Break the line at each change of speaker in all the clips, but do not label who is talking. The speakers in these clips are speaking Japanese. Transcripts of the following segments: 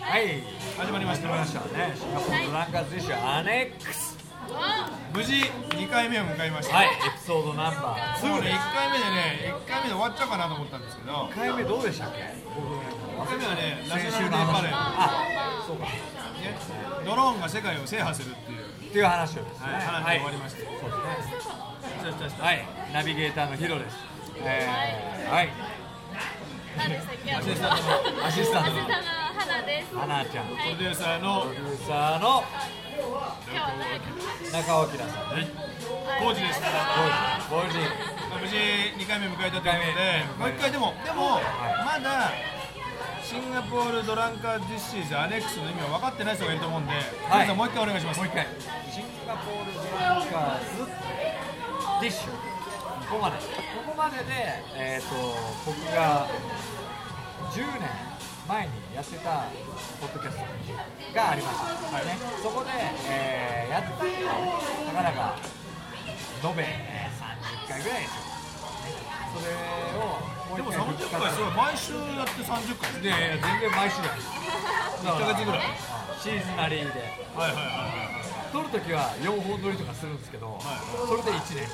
はい始まりましたましたねシンガポールランカーズ選手アネックス
無事2回目を迎えました、
はいエピソードナンバー
そうね1回目でね1回目で終わっちゃうかなと思ったんですけど
1回目どうでしたっけ
1回目はねナシ
先週
ョナル
の
デーパ
話
レー
あそうか
ド、ね、ドローンが世界を制覇するっていう、
っていう話をですね
はい、話が
はい
終わりまして、
そうですね
したしたした
はいナビゲーターのヒロですえーはい
何でしたっけ
アシスタント
アシスタント
アシスタントの花です。
アナちゃんプ
はい
プロデューサーの
ロデューサーの
今日は誰か
中尾明さん
コージです
ボールボール人
無事2回目迎えたということでもう1回でもでもまだシンガポールドランカーディッシーズアレックスの意味を分かってない人がいると思うんで、皆さんもう1回お願いします
もう一回シンガポールドランカーズディッシュここまでここまでで、えー、と僕が10年前に痩せたポッドキャストがありました、ね、そこで、えーやったけどなかなか延べ、えー30回ぐらいですよ、ね、それを
で
もう
も
一回復
30回
活
すごい毎週やって30回
いやいや全然毎週だ よ1
1ヶ月ぐらい
シーズナリーで
はいはいはいはい
撮るときは4本撮りとかするんですけど、それで1年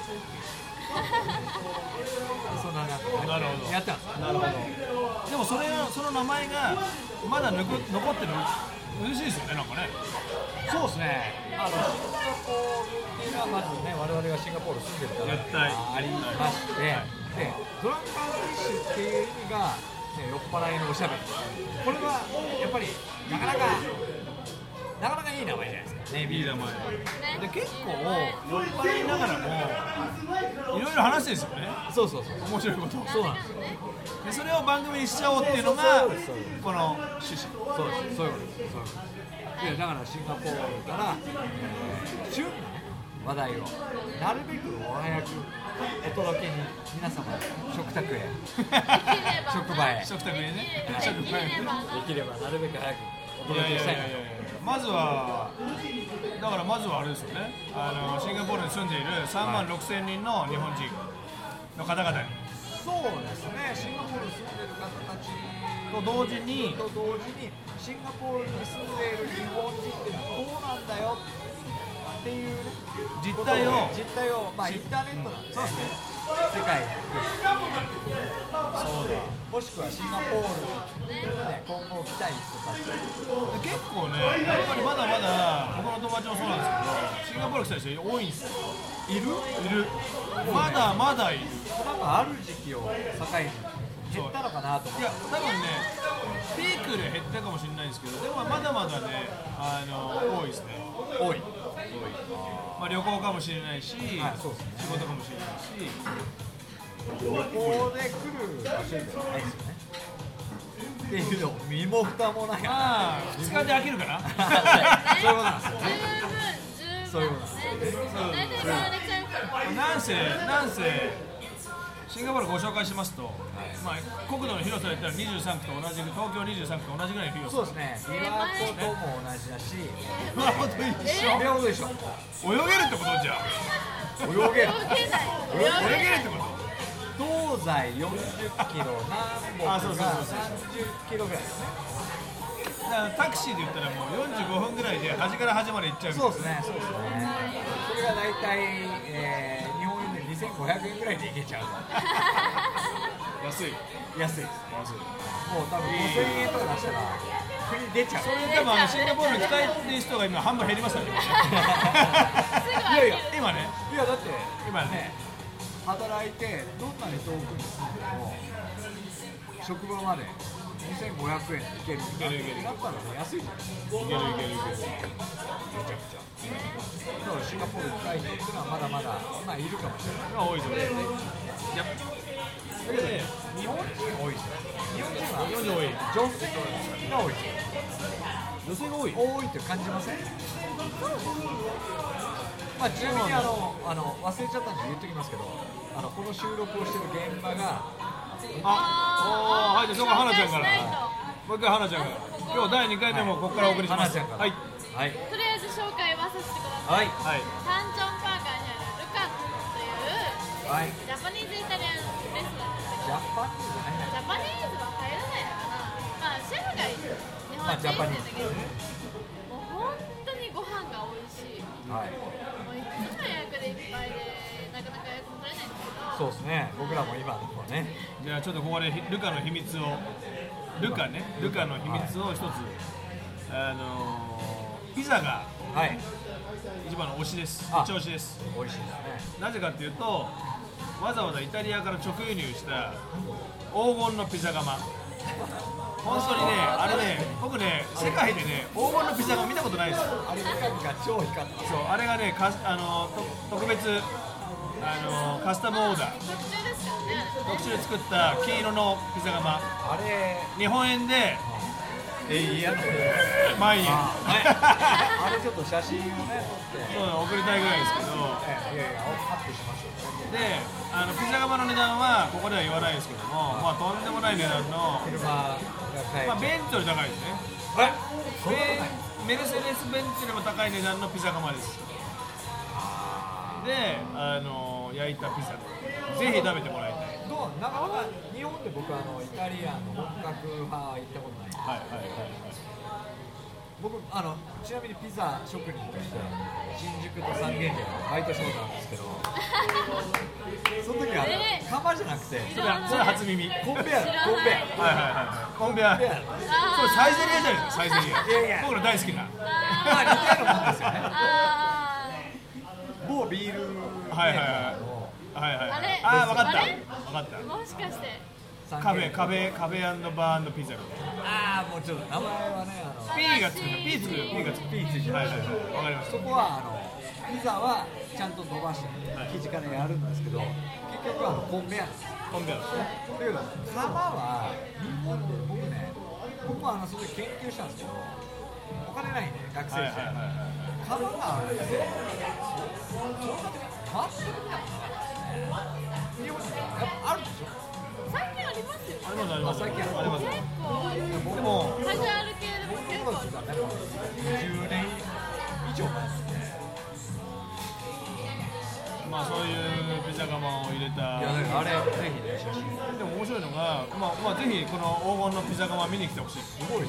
そんななんか
なるほど
やってます
なるほど。でもそれをその名前がまだ残残ってるの嬉しいですよねなんかね。
そうですねあのシンガポールっていうのはまずね我々がシンガポール住んでるから
絶対
ありまして、でドランカーフィッシュっていう意味が、ね、酔っ払いのおしゃべりこれはやっぱりなかなかなかなかいい名前じゃないですかね
いい名前。
で結構
酔っ払いながらもいろいろ話してるんですよね。
そうそうそう
面白いことを。
そうなんですよ
でそれを番組にしちゃおうっていうのが
そうですそうです
この趣 旨。
そうです、そういうことです、そういうことです。いや、だからシンガポールから、えー、旬のね話題を、なるべくお早くお届けに、皆様の食卓へ、職場へ、
食卓でね。
できれば
できればなるべく早くお
いや
届
い
け
や
し
い
たい
やい
な
や
と。
まずはだからまずはあれですよねあのシンガポールに住んでいる3万6千人の日本人の方々に
そうですね、シンガポールに住んでる方たち
と同時に
と同時に、シンガポールに住んでいる日本人っていうのはこうなんだよっていうね、
実態を
実態を、まあ、インターネットなんで、
そうですね
世界にもしくはシンガポールに、ね、今後来たい人たち
結構ね、やっぱりまだまだ、僕の友達もそうなんですけど、シンガポール来た人多いんですよ。
いる
いる。まだまだいる。
なんかある時期を境に減ったのかなと思っ
い
て
や、多分ね、ピークで減ったかもしれないんですけど、でもまだまだね、あの多いですね。
多い
まあ、旅行かもしれないし、仕
はいそうですね
事かもしれないし、
ここで来る場所じゃないですよねっていうのも身も蓋もない
まあ、2日で飽きる かな。
はいそういうことなんですよね
十
そういう
分、十分。
こと
大体買われちゃうから。
なんせ、なんせ、シンガポールご紹介しますと、まあ、国土の広さで言ったら23区と同じく、東京23区と同じぐらいの広さ。
そうですね琵琶湖とも同じだし
なるほど、一緒。
琵琶湖でしょ
泳げるってことじゃん。
泳げる
動けない。
泳げるってこ
東西40キロ南
あそ
北
うそう
が
そうそう
30キロぐらいですね
とだからタクシーで言ったらもう45分ぐらいで端から端まで行っちゃうみた
そ
い
うですね、そうですね。それが大体、えー、日本円で2500円ぐらいでいけちゃう
な安い
と。安いですね。もう多分5000円とか出したら、国出ちゃう。
それでもあのシンガポールに来たいっていう人が今半分減りましたね
いやいや、
今ね
いやだって、
今
ね
ね、
働いて、どんなに遠くに住んでも、職場まで2500円で行ける
けるいける
だったらもう安いじゃないですか。
いけるいけるいける
だからシンガポールに来いっていうのはまだまだ、まあいるかもしれない。
今多いぞねやっ
だけどね、日本人多いですよ。日本人は
ぱ日本人多い
女性が多いですよ。
女性が多い
多いって感じませんまあ、ちなみにあのあの忘れちゃったんで言っときますけどあのこの収録をしてる現場が
ああーはいじゃあそこは花ちゃんか
紹介しない
らもう一回花ちゃんから今日第2回目もここからお送りしま
花
す
ちゃんから
はい
はい
ととりあえず紹介はさせてくださ
はい
い。
はい
タンチョンパーガーにあるルカという
はい
ジャパニーズイタリアンレストランです
ジ
けど
ャパンじゃない
ジャパニーズは入らないのかな、まあ、シェフが日本
まあジャパニーズ
だけど、もう本当にご飯が美味しい。も
はい、
ういつも予約でいっぱいで、なかなか予約も取れないんですけ
そう
ど。
ですね、僕らも今のところね、
じゃあちょっとここでひルカの秘密をルカねルカの秘密を一つ、あのーピザが
はい、
一番の推しです
あ
一押しです
美味しいですね。
なぜかっていうとわざわざイタリアから直輸入した黄金のピザ窯本当にねあれね僕ね世界でね黄金のピザ窯見たことないですよ
あれ、中身が超光ってます。
そうあれがねかあのと特別あのカスタムオーダー
特注ですよね。
特集で作った黄色のピザ窯
あれ、
日本円で
え、いや、
万 円
ああれちょっと写真をね、撮って、
そう送りたいぐらいですけど
えいやいや、カットしましょうね。
であのピザ窯の値段はここでは言わないですけどもまあとんでもない値段の
車が買え
まあベンツより高いですね
あれ、そんなことない。
メメルセデス・ベンツよりも高い値段のピザ窯ですであの焼いたピザぜひ食べてもらいたい
どうなかなか日本で僕あのイタリアンの本格派は行ったことない
はいはいはい
僕あのちなみにピザ職人として新宿と三軒茶屋のバイト商談なんですけどその時は
えー
釜じゃなくて
それはそれは初耳はい
コンベヤ
知
だ
ら
コンベヤ
ない
コンベヤ
はいはいコンベア
だ
これサイゼリアじゃないですかサイゼ
いやい
リ
や
ア僕ら大好きな
まあ似たようなもんですよね
あ
某ビール
はいはいはい
の
はいはい
あれ
あー分かっ
あれ
た分かっ
ーもしかして
三
た
軒
カ
茶
フ
屋
ェカフェカフェバーピザみたいな
ああもうちょっと名前はねあの
P がつくの P つくの P がつく
ピーチじゃ
は
ないい
はいはいわかりまし
そこはあのピザはちゃんと伸ばして生地からやるんですけど結局あのコンベヤなんです
たコンベアで
だけど
すね
釜は日本で僕ね僕もあのそれ研究したんですけどお金ないね学生
はい
時
はい
代
はいはい
釜があるんですよそんなことない全くない日本にはやっぱあるでしょ
最近ありますよね
あります
あ
ありますあ
最近ある
ります
結構
僕
でも
カジュアル系でも
僕
結構
の
あり
時
ま
はねもう20年以上前ですね
まあそういうピザ窯を入れた
いやだからあれぜひね写真
でも面白いのが、まあまあ、ぜひこの黄金のピザ窯見に来てほしい
すごい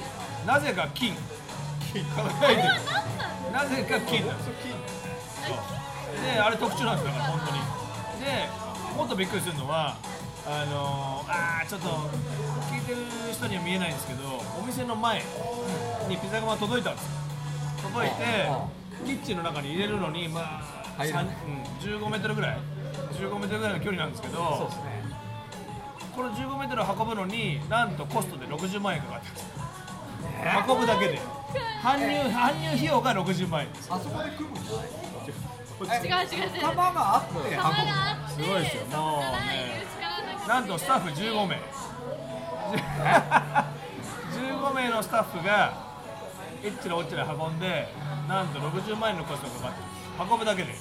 なぜか金金輝いてる
す何なん
なぜか金なんですよであれ特注なんですよだから本当にでもっとびっくりするのはあのー、あーちょっと聞いてる人には見えないんですけどお店の前にピザ窯届いたんですよ届いてキッチンの中に入れるのにまあ、
入ら
三
ない
うん、15メートルぐらい15メートルぐらいの距離なんですけど
そうですね
この15メートル運ぶのになんとコストで60万円かかってます運ぶだけで搬入搬入費用が60万円です
あそこで組むんじゃない
だ違う違う違う
玉があって
玉
運ぶ
があって
すごいですよ
そこか
もう
ら
ね
入り口から中
なんとスタッフ15名15名のスタッフがえっちらおっちら運んでなんと60万円のコストがかかってる運ぶだけでぜ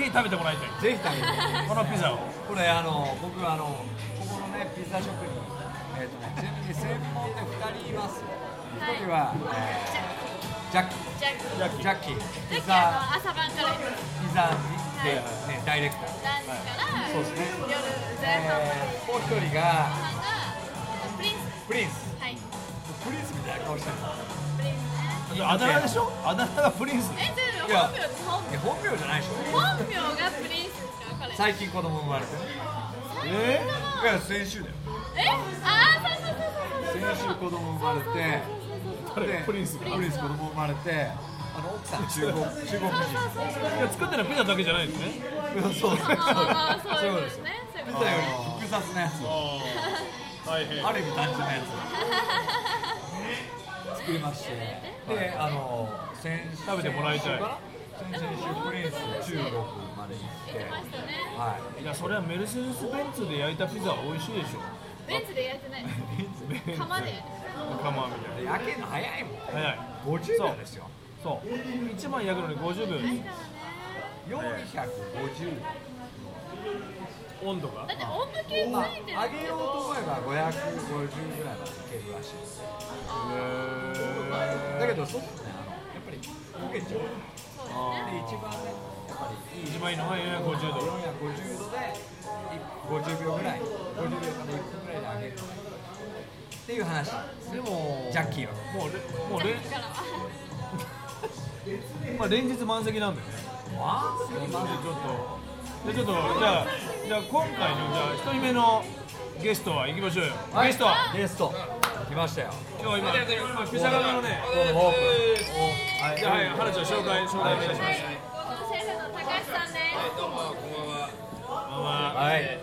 ひ食べてもらいたい
ぜひ食べてみて
このピザを
これあの僕あのここのねピザ職人えっ、とねちなみに専門で二人います。一人は、えージャッキ
ジャッ
ジ
キ
ャ
ー
ッキ
ジャッキー
ジャッ
ピ
キ
ザ
は朝晩から行く
ピザで
はいは
ねダイレクター。
何時から
そうですね
夜前半まで
えー、もう一人が
ご飯がプリンス
プリンス
はい
プリンスみたいな顔してる。
プリンスね
あだ名でしょあだ名がプリンス
えで
い
も
や
本名です
い
本
や本名じゃないでしょ。
名本名がプリンスですか彼
最近子供生まれて。
え
いや先週だよ。
えあーそうそうそうそうそう
先週子供生まれて。
ー、誰プリンス
プ
が
リンス子供生まれて。あの奥さん中国中国人。
いや作ってるのはピザだけじゃないですね
そうそうそう。
まあまあまあそう
そう
いうこ
で
と
す
ですねそう
ピ
いうこ
ザ
と
より複雑なやつを
大変
ある意味単純なやつを作りましてであの先
食べてもらいた
先週
い
かな先々週プリンス中国まで行って
言ってましたね
はい
やそれはメルセデス・ベンツで焼いたピザは美味しいでしょ
ベンツで焼いてない 釜で焼いてない
仲間みた
い
い
で焼けるの早いもん
な早い
50秒ですよ
そう1枚焼くのに50秒です
からね
450
温度が
だって温度計つ
まあ
いてる
上げようと思えば550ぐらいまでいけるらしいですだけどそうですねあのやっぱり焦げちゃうで一番ねやっぱりいい
一枚のが450度
450度で50秒ぐらい50秒から1分ぐらいで上げるっていう話です
でも
ジャッキーは
もうれもう
ジ
れ
ャッキーからは
まあ連日満席なんだよね
わ
でちょっとでちょっとじゃあじゃあ今回のじゃあ一人目のゲストは行きましょうよ、
はい
ゲストは
ゲスト来ましたよ
今日今今ピザ窯のね
このホー
はいじゃあはい花ちゃん紹介紹介お願いします
い高校生の高橋さんです
こんばんは
プはい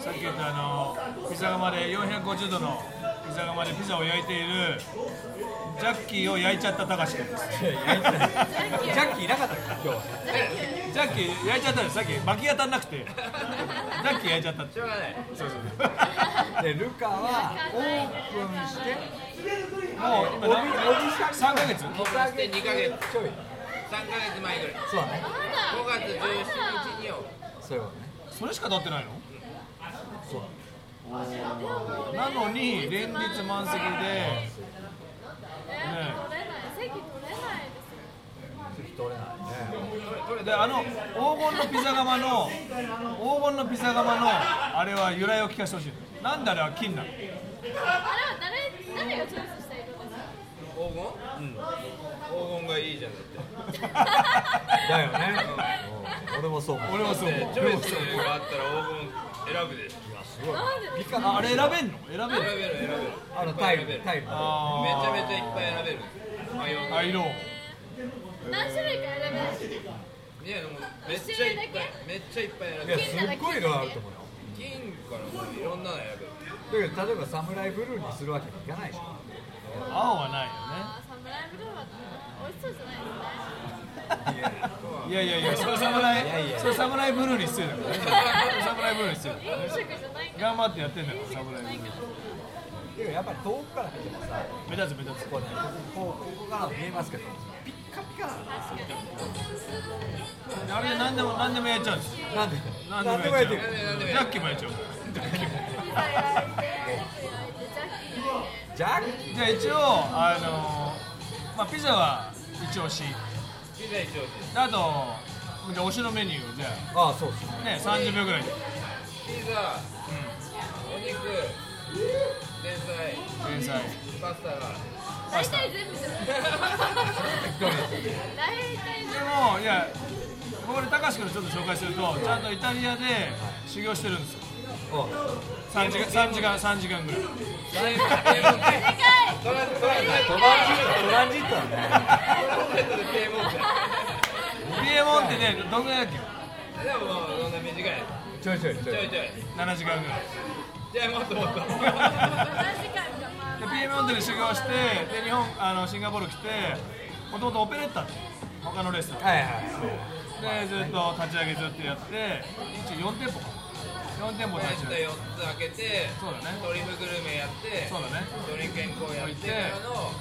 さっき言ったあのピザ窯で450度のピザ窯でピザを焼いているジャッキーを焼いちゃったたかし君です
いやいやいやジャッキーいなかったから今日
ジャッキー
ジャッキー焼いちゃったんですさっき巻き当たんなくてジャッキー焼いちゃったってそうそうそう
でルカはオープンして
もう今何3ヶ月
オープンして2ヶ月、3ヶ
ちょい
月前ぐらい、
そうだね
5月17日にを
そういうことね
それしか経ってないの
そうだ
なのに連日満席でね
え取れない席取れないですよ
席取れないね
であの黄金のピザ窯の黄金のピザ窯のあれは由来を聞かせてほしいなんであれは金なの
あれは誰誰がチョイスした色ですか
黄金、黄金がいいじゃんだっ
だよねうん俺もそう思う
俺はそう思う
てチョイスがあったら黄金選ぶでしょ
なんでですか
あれ選べんの選べんの
選べる選べる
あのタイムタイム
あ
めちゃめちゃいっ
ゃ
ぱい選べる迷う
あ色
何種類か選べます
いやでもめっちゃいっぱいめっちゃいっぱい選
い
べ
や
る
すっごい色あると思うよ
金からもういろんなの選べる
だけど例えばサムライブルーにするわけにいかないでしょ
青はないよ
あーサムライブルーは美味しそうじゃない
いや
ねいやいやいやそれ侍
いやいや
それ侍ブルーに必要だからねそれ侍ブルーに必要だから
ですね飲食じゃないから
頑張ってやってんだから侍ブル
ない
ー
か
で
ら
もやっぱり遠くから見てもさ
目立つ目立つ
こうねこうここから見えますけどピッカピカなの
確かに
あれで何でも何でもやっちゃうんですよ
なんで
何でも
や
や
っち
っち
ゃう
ゃうジャッキーもやっちゃうジャッキーも
ピザ焼いて、お肉焼いて、ジャッキー焼いて、
ジャッ
あ
じゃあ一応あのーまあピザは一押し
ピザ一押し
であとじゃあ推しのメニューをじゃ
ああそうそう
あね30秒ぐらいで
ピザ、お肉前菜
連載
パスタが
大体全部じゃない大体
でもいやここで高橋君のちょっと紹介するとちゃんとイタリアで修行してるんですよ
おう
3時間3時間3時間ぐらい
レモン
でか
トラント
トラン
ラン
ジットトランジットなんだね
トレートで低モン
ピエモンってねどんぐらいだっけ
でももうそんな短い
ちょいちょいち
ち
ょ
ょ
い
いちょい
7時間ぐらい
じゃあもっともっと
い何時間かまあ
でピエモンテで修行してで日本あのシンガポール来てもともとオペレッタって他のレストラン
はいはい
でずっと立ち上げずっとやって一応4店舗か4店舗
パン
立ち
チと
上げ
4つ開けて
そうだね
トリュフグルメやって
そうだね
ドリンク健康やってからの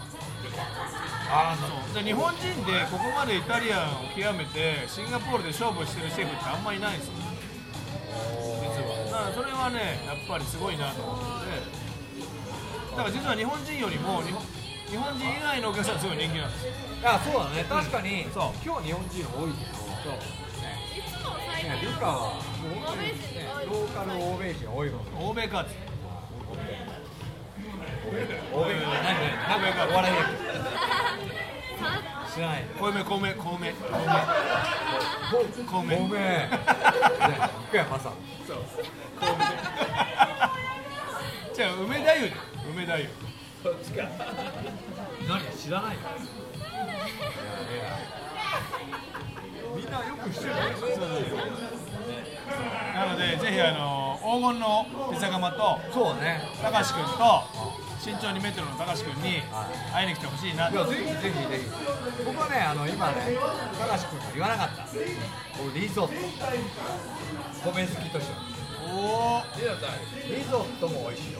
ああ
そうで日本人でここまでイタリアンを極めてシンガポールで勝負してるシェフってあんまいないんですよ実はだからそれはねやっぱりすごいなと思ってだから実は日本人よりも日本日本人以外のお客さんすごい人気なんですよ
あそうだね確かに
そう
今日日本人多いけど
いつも最
い
近
やルカはもう本当にねローカル欧米人多いもんね
欧米かつ
欧米人何何何かお笑い知らない
小梅小梅小梅
ごめん ごめんね福山さん
そう小梅 じゃあ梅太夫だよ梅太夫
そっちか
何知らないのみんなよく知ってる
なので、ぜひあの黄金のピザ窯と
そうね
高橋君と身長2メートルの高橋君に会いに来てほしいないと
やぜひぜひぜひ僕はねあの今ね高橋君が言わなかった僕リゾット米好きとしては
おー
リゾットある
リゾットも美味しいよ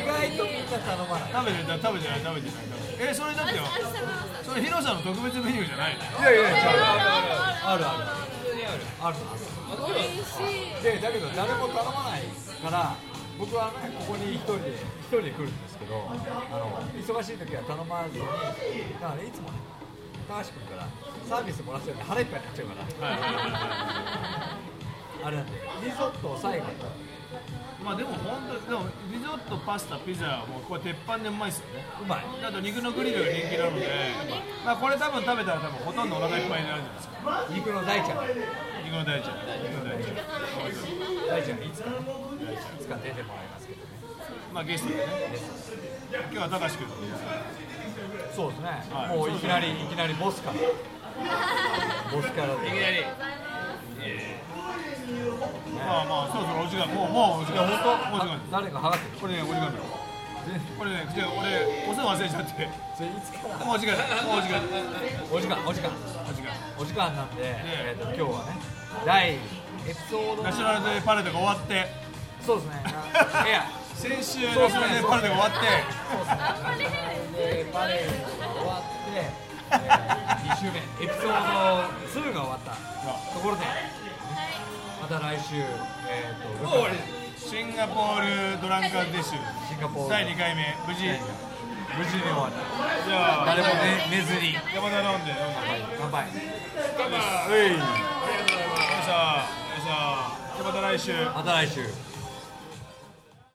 意外とみんな頼まない
食べてない食べてない食べてない食べてないえそれだってよ
明日明日食べました
それ広さんの特別メニューじゃないの
いやいや違うあ
ある
る
あ
あ
る
る
普通にある
あるあ
あ
美
そうだ
味しい
るでだけど誰も頼まないから僕はねここに一人で一人で来るんですけどあの忙しい時は頼まずにだからいつもね高橋君からサービスもらってるんで腹いっぱいになっちゃうから
はいはいはいはい
あれなんでリゾットを最後に
まあでも本当でもリゾットパスタピザはもうこれ鉄板でうまいですよね
うまい
あと肉のグリルが人気なので、まあ、これ多分食べたら多分ほとんどお腹いっぱいになるんじゃないですか
肉の大ちゃん
肉の大ちゃん肉の大ちゃ
大ちゃんいつかいつか出てもらいますけどね
んまあゲストでね今日は高橋君
そうですね、
はい
もういきなりいきなりボ スからボスからで
いきなりい
まあまあそろそろお時間もうもうお時間本当もうお時間
あ誰
で
か剥がってる
すこれねお時間だよこれねじゃあ俺お世話忘れちゃって
それいつから
もうお時間だもうお時間だ
お時間お時間お
お時間
時間なんで、えー、と今日はね第エピソード
ナショナルデーパレードが終わって
そう ですねいや
先週
そう
ナ
です
シ
ね
ョナルデーパレードが終わって
そうですね
あんまり
でバレーが終わって、えー、2週目エピソード2が終わったところでまた来週、えー、と
もう終わりですシンガポールドランカーディッシュ
シンガポール
第2回目無事
無事に終わった
じゃあ
誰も寝寝ずに
山田飲んで飲んでよ
乾杯
いしょよいしょじゃあまた来週
また来週